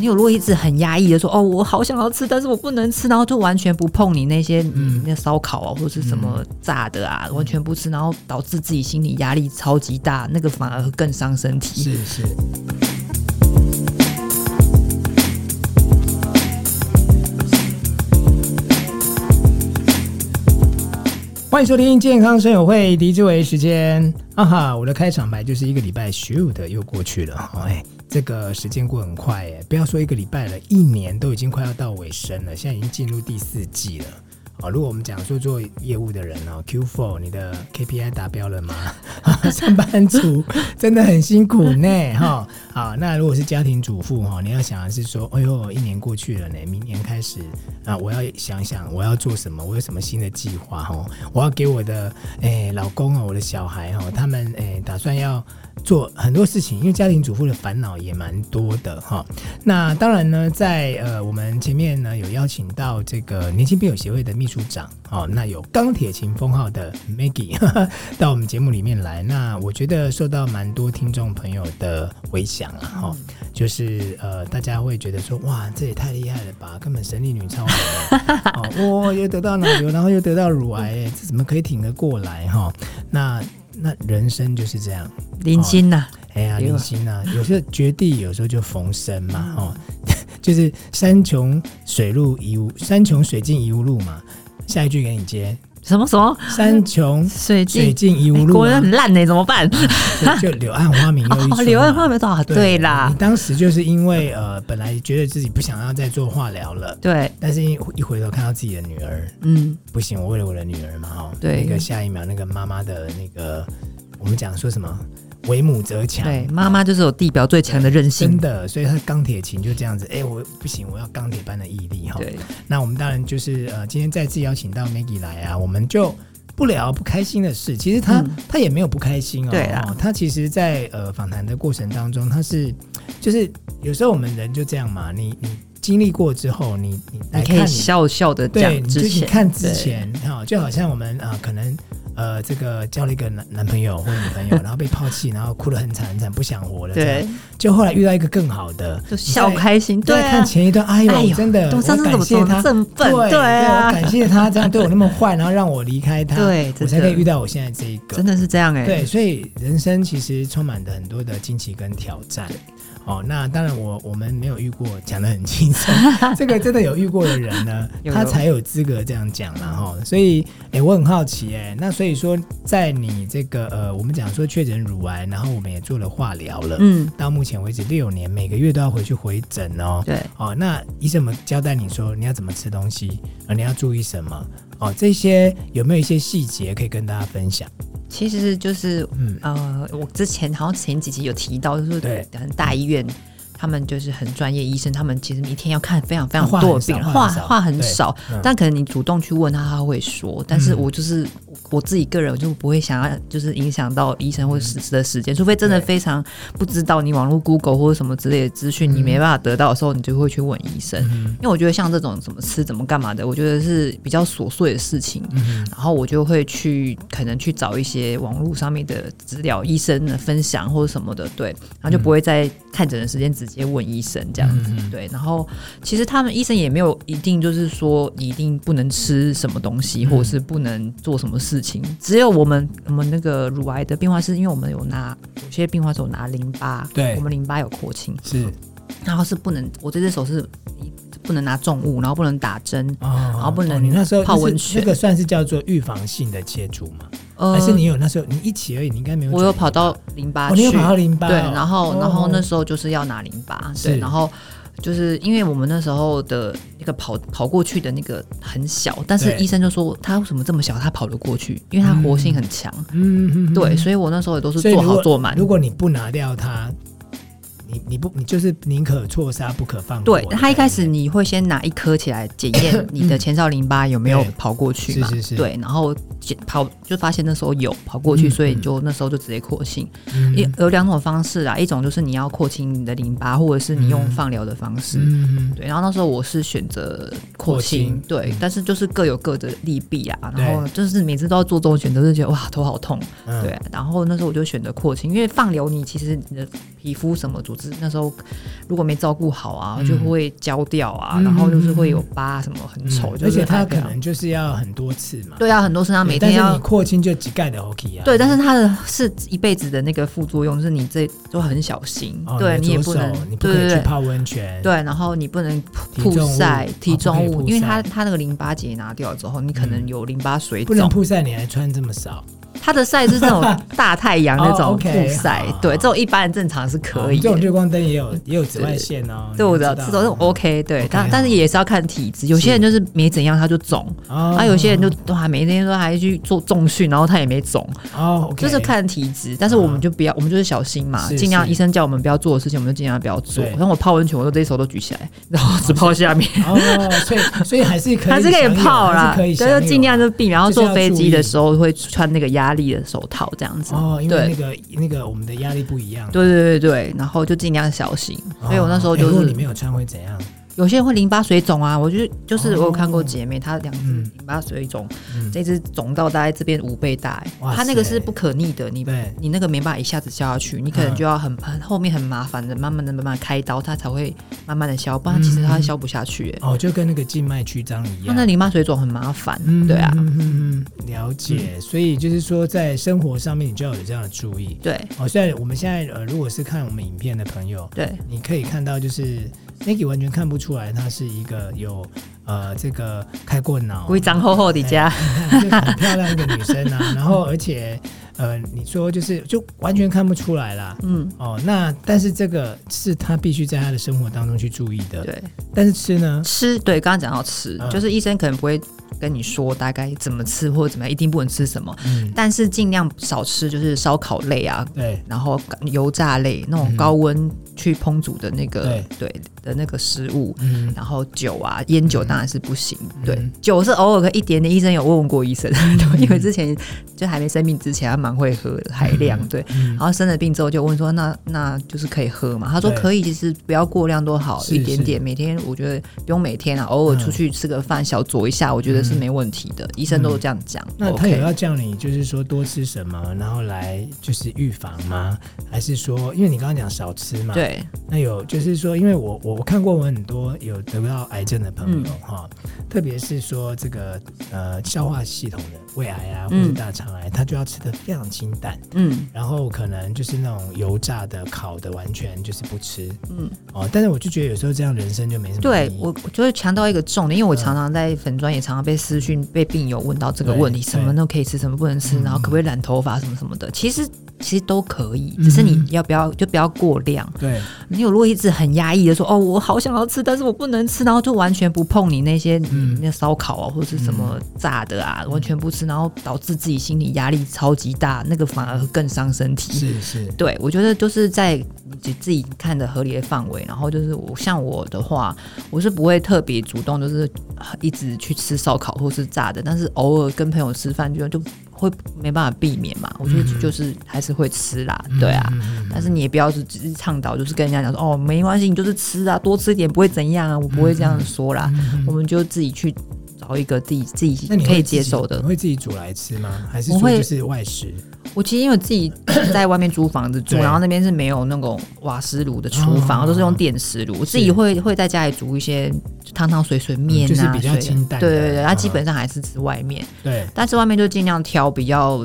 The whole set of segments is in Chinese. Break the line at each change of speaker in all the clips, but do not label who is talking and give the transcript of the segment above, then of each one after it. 你有如果一直很压抑的说，哦，我好想要吃，但是我不能吃，然后就完全不碰你那些嗯那烧烤啊或者是什么
嗯
炸的啊，完全不吃，然后导致自己心理压力超级大，那个反而更伤身体。
是是，欢迎收听健康生友会狄志伟时间。啊哈，我的开场白就是一个礼拜咻的又过去了哈，哎，这个时间过很快哎，不要说一个礼拜了，一年都已经快要到尾声了，现在已经进入第四季了。哦，如果我们讲说做业务的人哦，Q4 你的 KPI 达标了吗？ 上班族真的很辛苦呢，哈。好，那如果是家庭主妇哈，你要想的是说，哎呦，一年过去了呢，明年开始啊，我要想想我要做什么，我有什么新的计划哈，我要给我的哎、老公哦，我的小孩哦，他们哎、打算要。做很多事情，因为家庭主妇的烦恼也蛮多的哈。那当然呢，在呃我们前面呢有邀请到这个年轻病友协会的秘书长哦，那有钢铁琴封号的 Maggie 哈哈到我们节目里面来。那我觉得受到蛮多听众朋友的回响啊，哈、就是呃大家会觉得说哇这也太厉害了吧，根本神力女超人啊哦，我、又得到脑瘤，然后又得到乳癌，哎这怎么可以挺得过来哈、哦那那人生就是这样。
林心呐、
哎呀，
对吧
零星啊，有时候绝地，有时候就逢生嘛，
嗯
哦， 就是山穷水路疑无，山穷水尽疑无路嘛。下一句给你接，
什么什么
山穷
水
水
晶，
尽疑无
啊哎
路
果
啊、
然很烂呢、怎么办？
就就柳暗花明又一村 嘛
哦，柳暗花明多好，对啦
你，当时就是因为呃，本来觉得自己不想要再做化疗了，
对，
但是一一回头看到自己的女儿，
嗯，
不行，我为了我的女儿嘛，哦，
对
那个下一秒那个妈妈的那个，我们讲说什么，为母则强，
对，妈妈就是有地表最强的韧
真
性，
的，所以他钢铁琴就这样子，哎、我不行，我要钢铁般的毅力哈。
对，
那我们当然就是呃，今天再次邀请到 Maggie 来啊，我们就不聊不开心的事。其实他、
嗯
他也没有不开心哦，
对啦
哦他其实在，呃访谈的过程当中，他是就是有时候我们人就这样嘛，你你经历过之后，你你来
你可
看
以
你
笑笑的
对，
讲
你就
之
你
前，
看之前哈、就好像我们啊、呃可能呃，这个交了一个男男朋友或者女 朋友，然后被抛弃，然后哭得很惨很惨，不想活了，这样
对，
就后来遇到一个更好的，
就笑
你再
开心，
你再
对啊
看，前一段，哎呦，
哎呦
真的，
董
我
上次怎
感
么
谢
这
他
么，振奋？
对我
啊，
感谢他这样对我那么坏，然后让我离开他，
对真的
我才可以遇到我现在这一个
真。的是这样哎、
对，所以人生其实充满着很多的惊奇跟挑战。哦，那当然我，我们没有遇过，讲的很 轻松。这个真的有遇过的人呢，
有
他
有
才有资格这样讲啦。哈。所以，哎、我很好奇、哎，那所以说，在你这个呃，我们讲说确诊乳癌，然后我们也做了化疗了，
嗯，
到目前为止六年，每个月都要回去回诊哦。
对，
哦，那医生有没有交代你说你要怎么吃东西，呃，你要注意什么？哦，这些有没有一些细节可以跟大家分享？
其实就是
嗯，
呃，我之前好像前几集有提到，就是
对
可能大医院。他们就是很专业医生，他们其实一天要看非常非常
话很
多的
少
病人，话
话很少
话很
对
少
嗯，
但可能你主动去问他，他会说。但是
嗯
我就是我自己个人，我就不会想要就是影响到医生或实时的时间，除非真的
对
非常不知道你网络 Google 或者什么之类的资讯，你没办法得到的时候，你就会去问医生。
嗯
因为我觉得像这种怎么吃、怎么干嘛的，我觉得是比较琐碎的事情。
嗯
然后我就会去可能去找一些网络上面的资料，医生的分享或者什么的，对，然后就不会在看诊的时间直接问医生这样子，
嗯
对。然后其实他们医生也没有一定就是说你一定不能吃什么东西，或
嗯
者是不能做什么事情，只有我们我们那个乳癌的病患是因为我们有拿有些病患是有拿淋巴，
对
我们淋巴有扩清，
是
然后是不能我这只手是不能拿重物，然后不能打针，
哦，然
啊后不能
你那时候
泡
就是
温泉
这个算是叫做预防性的切除吗？
呃
还是你有那时候你一起而已，哦你应该没有转移吧。
我有跑到淋巴
哦，你
去，
有跑到淋巴哦，
对，然后然后那
哦
时候就是要拿淋巴，
是
对，然后就是因为我们那时候的那个跑跑过去的那个很小，但是
对
医生就说他为什么这么小，他跑得过去，因为他活性很强，
嗯嗯嗯
对，
嗯
所以我那时候也都是
所以
做
如
好
果
做满
如。果你不拿掉它，你你不你就是宁可错杀不可放过
对
的概，念。
他一开始你会先拿一颗起来检验你的前哨淋巴有没有
对
跑过去嘛？
是是是
对，然后检跑就发现那时候有跑过去，
嗯
所以
嗯
就那时候就直接扩性。
嗯
一有两种方式啦，一种就是你要扩清你的淋巴，或者是你用
嗯
放疗的方式。
嗯
对，然后那时候我是选择扩
扩清嗯
清，对，但是就是各有各的利弊啊。然后
对
就是每次都要做这种选择，就觉得哇头好痛。
嗯
对，然后那时候我就选择扩清，因为放疗你其实你的皮肤什么组织那时候如果没照顾好啊，
嗯
就会焦掉啊，
嗯
然后就是会有疤什么很丑，
嗯
就
而
是
且它
哎对
可
啊
能就是要很多次嘛。
对啊，很多身上每
但
天
是
要
你扩清就几盖的 OK 啊。
对，但是它的是一辈子的那个副作用，就是你这就很小心，
哦
对
你
也
的
不
左手
能，
你不
对
可以
对
去
对。
泡温泉。
对，然后你不能
体
曝
重物
晒
哦
体
不可
重
以
物，
曝
因为
晒嗯
它它那个淋巴结拿掉之后，你可能有淋巴水
不能
肿。
曝晒，你还穿这么少，
它的晒是那 种大太阳那
哦
种
，OK，
曝晒
好好，
对，这种一般人正常是可以
这种
的。
日光灯也有也有紫外线哦。
对，我
你
的
知道
这种是 OK，对，
OK，
但但是
好
也是要看体质，有些人就是没怎样他就肿，
哦
啊，有些人就都还每天都还去做重训，然后他也没肿，
哦，
就是看体质，但是我们就不要，我们就是小心嘛，
嗯是
尽量
是
医生叫我们不要做的事情，我们就尽量不要做
对。
像我泡温泉，我都这一手都举起来，然后只泡下面，
哦，所以所以还是可以，
还是可以泡啦，
还是可以享有
对，就尽量就避免。然后
就是要
坐飞
注意
机的时候会穿那个压力的手套，这样子。
哦，因为
对
那个那个我们的压力不一样。
对对对对，然后就尽量小心。
哦，
所以我那时候
哎
就
如果
是
你没有穿会怎样？
有些人会淋巴水肿啊，我就就是
哦
我有看过姐妹，她两只
嗯
淋巴水肿，
嗯
这只肿到大概这边五倍大、欸
哇塞
她那个是不可逆的，你
对
你那个没办法一下子消下去，你可能就要很很后面很麻烦的，慢慢的慢慢地开刀，它才会慢慢的消，不然其实它消不下去、欸，
哦，就跟那个静脉曲张一
它
样。
那淋巴水肿很麻烦，
嗯
对啊，
嗯嗯嗯，了解。所以就是说，在生活上面你就要有这样的注意。
对
哦，虽然我们现在呃，如果是看我们影片的朋友，
对
你可以看到就是 Nicky 完全看不出来他是一个有呃这个开过脑，
规章厚厚的家，
就很漂亮一个女生 啊，然后而且呃，你说就是就完全看不出来啦。
嗯，
哦，那但是这个是她必须在她的生活当中去注意的。
对，
但是吃呢，
吃对，刚刚讲到吃，
嗯
就是医生可能不会跟你说大概怎么吃或者怎么样，一定不能吃什么，
嗯，
但是尽量少吃就是烧烤类啊，
对，
然后油炸类那种
嗯
高温去烹煮的那个、对的那个食物，
嗯，
然后酒啊，烟酒当然是不行。
嗯
对，酒是偶尔可以一点点，医生有问过医生，对 因为之前就还没生病之前，还蛮会喝的海量。对，
嗯
然后生了病之后就问说，那那就是可以喝嘛？他说
对
可以，其实不要过量都好，
是
一点点，每天我觉得不用每天啊，偶尔出去吃个饭，小酌一下，我觉得是没问题的。医生都这样讲。
嗯那他
OK
有要叫你就是说多吃什么，然后来就是预防吗？还是说，因为你刚刚讲少吃嘛，
对
那有就是说，因为我我我看过我很多有得到癌症的朋
嗯
友哈、特别是说这个呃消化系统的胃癌啊，或
嗯
者大肠癌，他就要吃的非常清淡，
嗯
然后可能就是那种油炸的、烤的，完全就是不吃
嗯。
哦。但是我就觉得有时候这样人生就没什么
对
意义
我，我就会强调一个重点，因为我常常在粉专也常常被私讯被病友问到这个问题，
对
什么都可以吃，什么不能吃，
嗯
然后可不可以染头发什么什么的，其实其实都可以，只是你
嗯
要不要就不要过量。
对
你有如果一直很压抑的说，哦，我好想要吃，但是我不能吃，然后就完全不碰你那些、
嗯
那烧烤啊或者是什么炸的啊，完全不吃，然后导致自己心理压力超级大，那个反而更伤身体。
是是
对，我觉得就是在你自己看的合理的范围，然后就是我像我的话，我是不会特别主动，就是一直去吃烧烤或是炸的，但是偶尔跟朋友吃饭就就会没办法避免嘛，我觉得就是还是会吃啦，对啊。
嗯嗯嗯
但是你也不要是只是倡导，就是跟人家讲说哦，没关系，你就是吃啊，多吃一点不会怎样啊，我不会这样说啦。我们就自己去找一个自己自己
嗯那你会
可以
自己
接受的
你。会自己煮来吃吗？还是
我
说
会
就是外食？
我其实因为我自 己在外面租房子住，
对
然后那边是没有那种瓦斯炉的厨
哦
房，都是用电磁炉。我自己会会在家里煮一些汤汤水水面啊，
就是比较
水
清淡的
对对对，它
嗯
基本上还是吃外面，
对，
但是外面就尽量挑比较，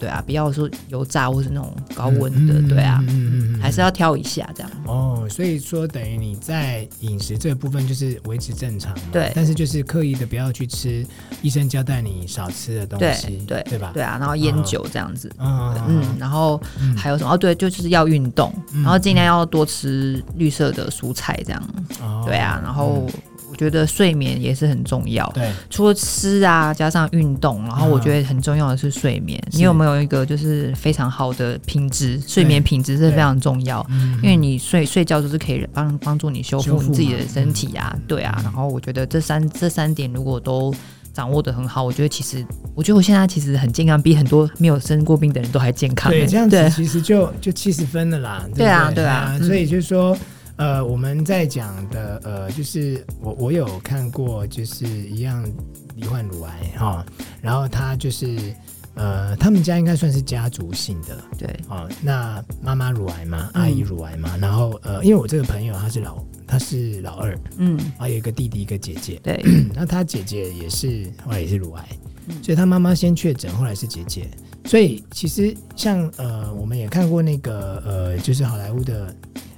对啊，比较说油炸或是那种高温的，
嗯
对啊，，
嗯嗯嗯嗯
还是要挑一下这样。
哦，所以说等于你在饮食这部分就是维持正常嘛，
对
但是就是刻意的不要去吃医生交代你少吃的东
对
西，
对
对吧？
对啊，然后烟
嗯
酒这样子，
嗯，嗯
嗯，
嗯
然后
嗯
还有什么？哦，对，就是要运动，
嗯
然后尽量要多吃绿色的蔬菜这样。
哦
对啊，然后我觉得睡眠也是很重要。
嗯对，
除了吃啊，加上运动，然后我觉得很重要的是睡眠。
嗯是
你有没有一个就是非常好的品质？睡眠品质是非常重要，
嗯
因为你睡睡觉就是可以帮帮助你修
修
复
复
你自己
嘛嗯
的身体啊，对啊。然后我觉得这三这三点如果都掌握的很好，我觉得其实我觉得我现在其实很健康，比很多没有生过病的人都还健康欸、
对，这样子
对
其实就就七十分了啦。不
对啊
对
对啊嗯
所以就是说，呃，我们在讲的，呃，就是我我有看过，就是一样罹患乳癌哈，然后他就是呃，他们家应该算是家族性的
对，
啊、那妈妈乳癌嘛，
嗯
阿姨乳癌嘛，然后呃，因为我这个朋友他是老他是老二，
嗯，
还有一个弟弟一个姐姐，
对，
那他姐姐也是后来也是乳癌，
嗯
所以他妈妈先确诊，后来是姐姐。所以其实像呃，我们也看过那个呃，就是好莱坞的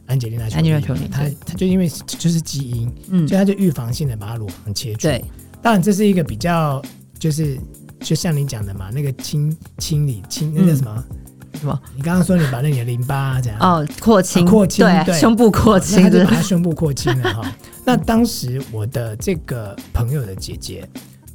安吉丽娜
安吉丽娜裘丽
她
对
她就因为就是基因，
嗯
所以，她就预防性的把乳房切除。
对，
当然这是一个比较就是就像你讲的嘛，那个清清理清那个什么、
嗯什么？
你刚刚说你把那你的淋巴怎样？
哦，扩清，
啊扩清对哦
对，胸部扩
那他
清
就
的
把，他胸部扩清 了哈。那当时我的这个朋友的姐姐，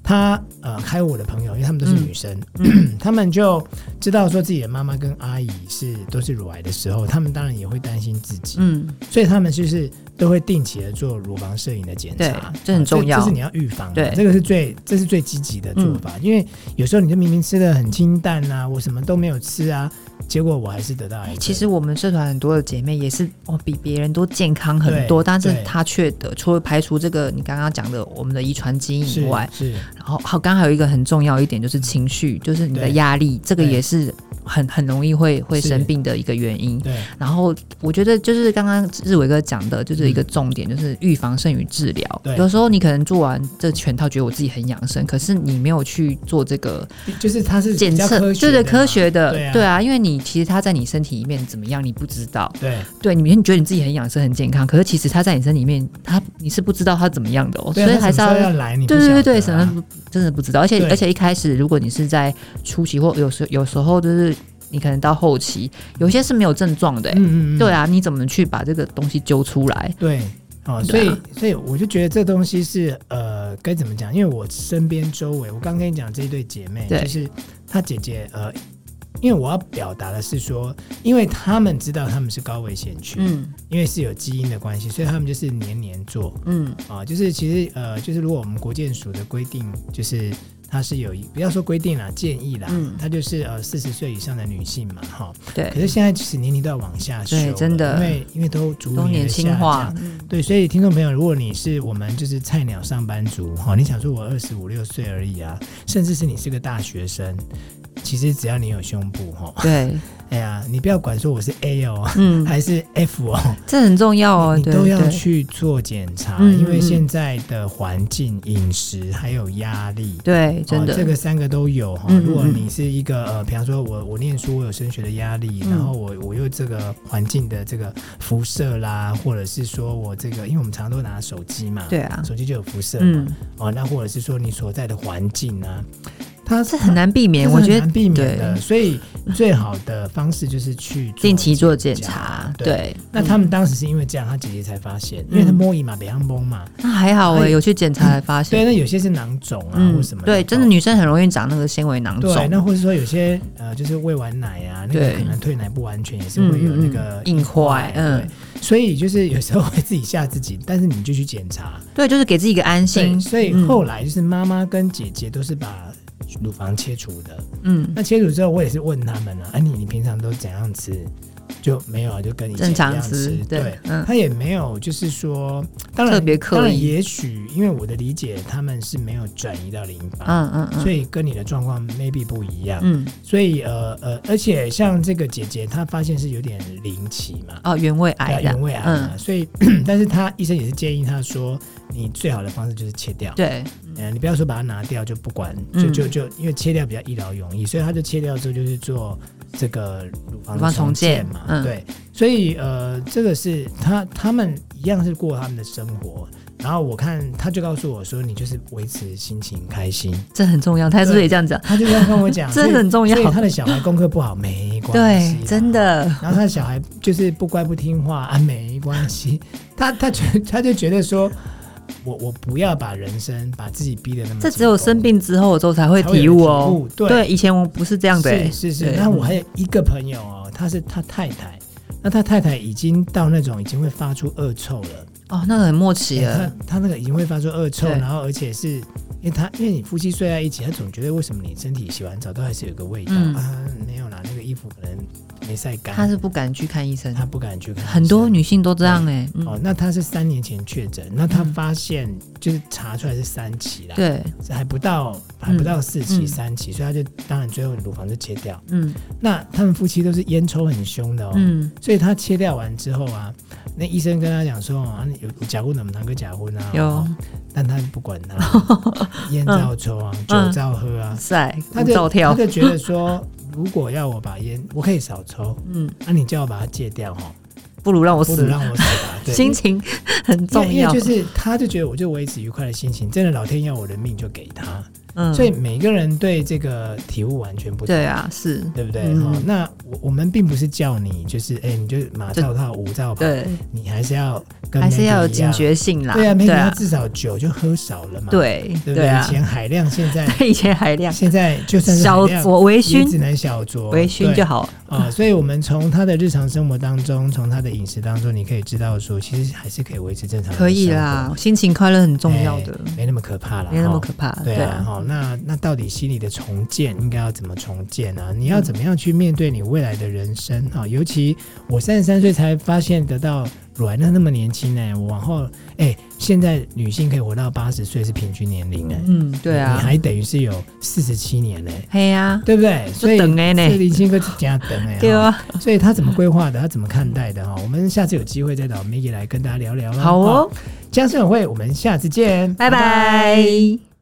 她呃，还有我的朋友，因为他们都是女生，
嗯
他们就知道说自己的妈妈跟阿姨是都是乳癌的时候，他们当然也会担心自己，
嗯，
所以他们就是都会定期的做乳房摄影的检
对
查，，啊
这很重要
这，是你要预防的，
对嗯
这个是最这是最积极的做法，因为有时候你就明明吃的很清淡啊，我什么都没有吃啊，结果我还是得到癌症。
其实我们社团很多的姐妹也是哦，比别人都健康很多，
对
但是
对
她却得除了排除这个你刚刚讲的我们的遗传基因以
是
外，
是
然后好，刚刚还有一个很重要一点就是情绪，就是你的
对
压力，这个
对
也是很很容易会会
是
生病的一个原因。
对
然后我觉得就是刚刚日伟哥讲的，就是一个重点，就是预防胜于治疗
嗯对。
有时候你可能做完这全套，觉得我自己很养生，可是你没有去做这个
就是它是
检
比较
测，
科学
对
的
对，
嘛
科学的，
对啊
对啊，因为你其实它在你身体里面怎么样，你不知道。
对
对，你觉得你自己很养生、很健康，可是其实它在你身体里面，它你是不知道它怎么样的哦，所
对啊，
以还是
他
要
什么时候要来，你不
对
晓
对
得
对
啊
对，什么不真的不知道，而且
对
而且一开始，如果你是在初期或有时有时候就是你可能到后期，有些是没有症状的、欸
嗯嗯嗯，
对啊，你怎么去把这个东西揪出来？
对。哦，所
对
以
啊
所以我就觉得这东西是呃该怎么讲？因为我身边周围，我刚跟你讲这一对姐妹，
对
就是她姐姐呃，因为我要表达的是说，因为他们知道他们是高危险区，
嗯
因为是有基因的关系，所以他们就是年年做
嗯，
啊、就是其实呃，就是如果我们国健署的规定，就是它是有一不要说规定啦，建议啦，
嗯
它就是呃四十岁以上的女性嘛，哈、可
对，
是现在其实年龄都要往下修了，
对真的
因为因为都逐
都
年
年
的
轻
下
化
降。，
嗯
对，所以听众朋友，如果你是我们就是菜鸟上班族，哈、你想说我二十五六岁而已啊，甚至是你是个大学生，其实只要你有胸部，哈、
对，
哎呀，你不要管说我是 A 哦，
嗯，
还是 F 哦，
这很重要哦，
你
对
都要
对，
去做检查，
嗯
因为
嗯
现在的环境、饮食还有压力，
对，真
哦、这
的，
个三个都有哈、
嗯嗯
如果
嗯
你是一个呃，比方说我我念书，我有升学的压力，
嗯
然后我我又这个环境的这个辐射啦，或者是说我这个，因为我们常常都拿手机嘛，
对啊，
手机就有辐射嘛、
嗯，
哦，那或者是说你所在的环境啊，它
这很难避
这
免，
是
我
很
觉得
难避免的，
对
所以最好的方式就是去
定期做检
检
查
查，。
对，嗯
那他们当时是因为这样，他姐姐才发现，因为他摸一嘛，北洋崩嘛，
那还好哎、
哎
有去检查才发
对，
现，嗯
那有些是囊肿啊、或什么的，
对，真的女生很容易长那个纤维囊
对，
肿，
那或者说有些呃，就是喂完奶啊，那个
对
可能退奶不完全，也是会有那个
嗯嗯嗯硬块嗯
对，所以就是有时候会自己吓自己，但是你就去检查。
对，就是给自己一个安
对，
心。
所以
嗯
后来就是妈妈跟姐姐都是把乳房切除的。
嗯，
那切除之后，我也是问他们了、啊，你你平常都怎样吃？就没有啊，就跟以前一
正常
样吃。
吃对
对，
嗯
他也没有就是说，当然
特别刻意
当然也许因为我的理解，他们是没有转移到淋巴，
嗯嗯嗯，
啊所
以
以跟你的状况 maybe 不一样。
嗯
所以呃呃，而且像这个姐姐，她发现是有点灵奇嘛，
哦，原位
对啊
癌的，
原位癌嘛，
嗯，
所以 但是她医生也是建议她说，你最好的方式就是切掉。
对，
嗯、你不要说把它拿掉就不管，就
嗯
就就因为切掉比较一劳永逸，所以她就切掉之后就是做这个乳房
乳房
的重
重建
嘛，
嗯
对，所以呃，这个是她他们一样是过他们的生活，然后我看她就告诉我说，你就是维持心情开心，
这很重要。他是不
对
是也这样讲？
她就这样跟我 讲，
这很重要
所以他的小孩功课不好没关系啊
对
啦，，
真。的，
然后他的小孩就是不乖不听话啊，没关系。他他觉他就觉得说，我我不要把人生把自己逼得那么紧绷，
这只有生病之后之后才会
才会
体
有
悟
体
哦
悟。对
以前我不是这样的欸，
是是是。
对
那我还有一个朋友哦，他是他太太，那他太太已经到那种已经会发出恶臭了，
哦，那个很默契
他
了，
他那个已经会发出恶臭，
对
然后而且是。因为他因为你夫妻睡在一起，他总觉得为什么你身体洗完澡都还是有个味道、
嗯
啊？没有啦，那个衣服可能没晒干，
她是不敢去看医生，
她不敢去看医生。
很多女性都这样哎、嗯
哦，那她是三年前确诊，那她发现就是查出来是三期啦，，
对，
还不到还不到四期、
嗯
三期，所以她就当然最后乳房就切掉。
嗯
那他们夫妻都是烟抽很凶的哦，
嗯
所以她切掉完之后啊，那医生跟她讲说啊，你有有假婚的，我们堂哥假婚啊，
有
哦但她不管 他，烟照抽啊，
嗯
酒照喝啊，
晒，
她
舞
就
照跳
她，就觉得说， 如果要我把烟，我可以少抽，
嗯，
那、你叫我把它戒掉哦，
不如让我
不能
死，
让我死吧，对，
心情很
因为
重
因
要，
为就是他就觉得我就维持愉快的心情，真的老天要我的命就给他，
嗯，
所以每个人对这个体悟完全不同。
对啊，是，
对不对？
嗯
哦，那我我们并不是叫你，就是哎，你就马照套，舞照跑，
对，
你还是要跟
还是
Maggie
要有
一
警
样。
觉性啦，
对啊，每
对
天
啊，
至少酒就喝少了嘛，
对
对不
对
以
啊，
前海量，现在
以前还量
现在 就算是海
小
量
酌微
也只
醺，
能小酌，
微醺
对
就好了，
啊、所以我们从他的日常生活当中，从他的饮食当中，你可以知道说，其实还是可以维持正常的
可以
生活
啦，，心情快乐很重要的，
哎没那么可怕了，
没那么
哈
可怕，
对
对啊，
啊，好、那那到底心理的重建应该要怎么重建啊？你要怎么样去面对你未来的人生啊、尤其我三十三岁才发现得到乳癌，那那么年轻呢、我往后哎、现在女性可以活到八十岁是平均年龄哎、
嗯，对
你
啊，
还等于是有四十七年呢、
嘿呀，
对不对？所以
等哎呢
所以林青哥是加等哎、
对
哈
啊，
所以他怎么规划的，他怎么看待的哈、我们下次有机会再找 Maggie 来跟大家聊聊啦。
好
哈
哦，
江生友会，我们下次见，
拜拜。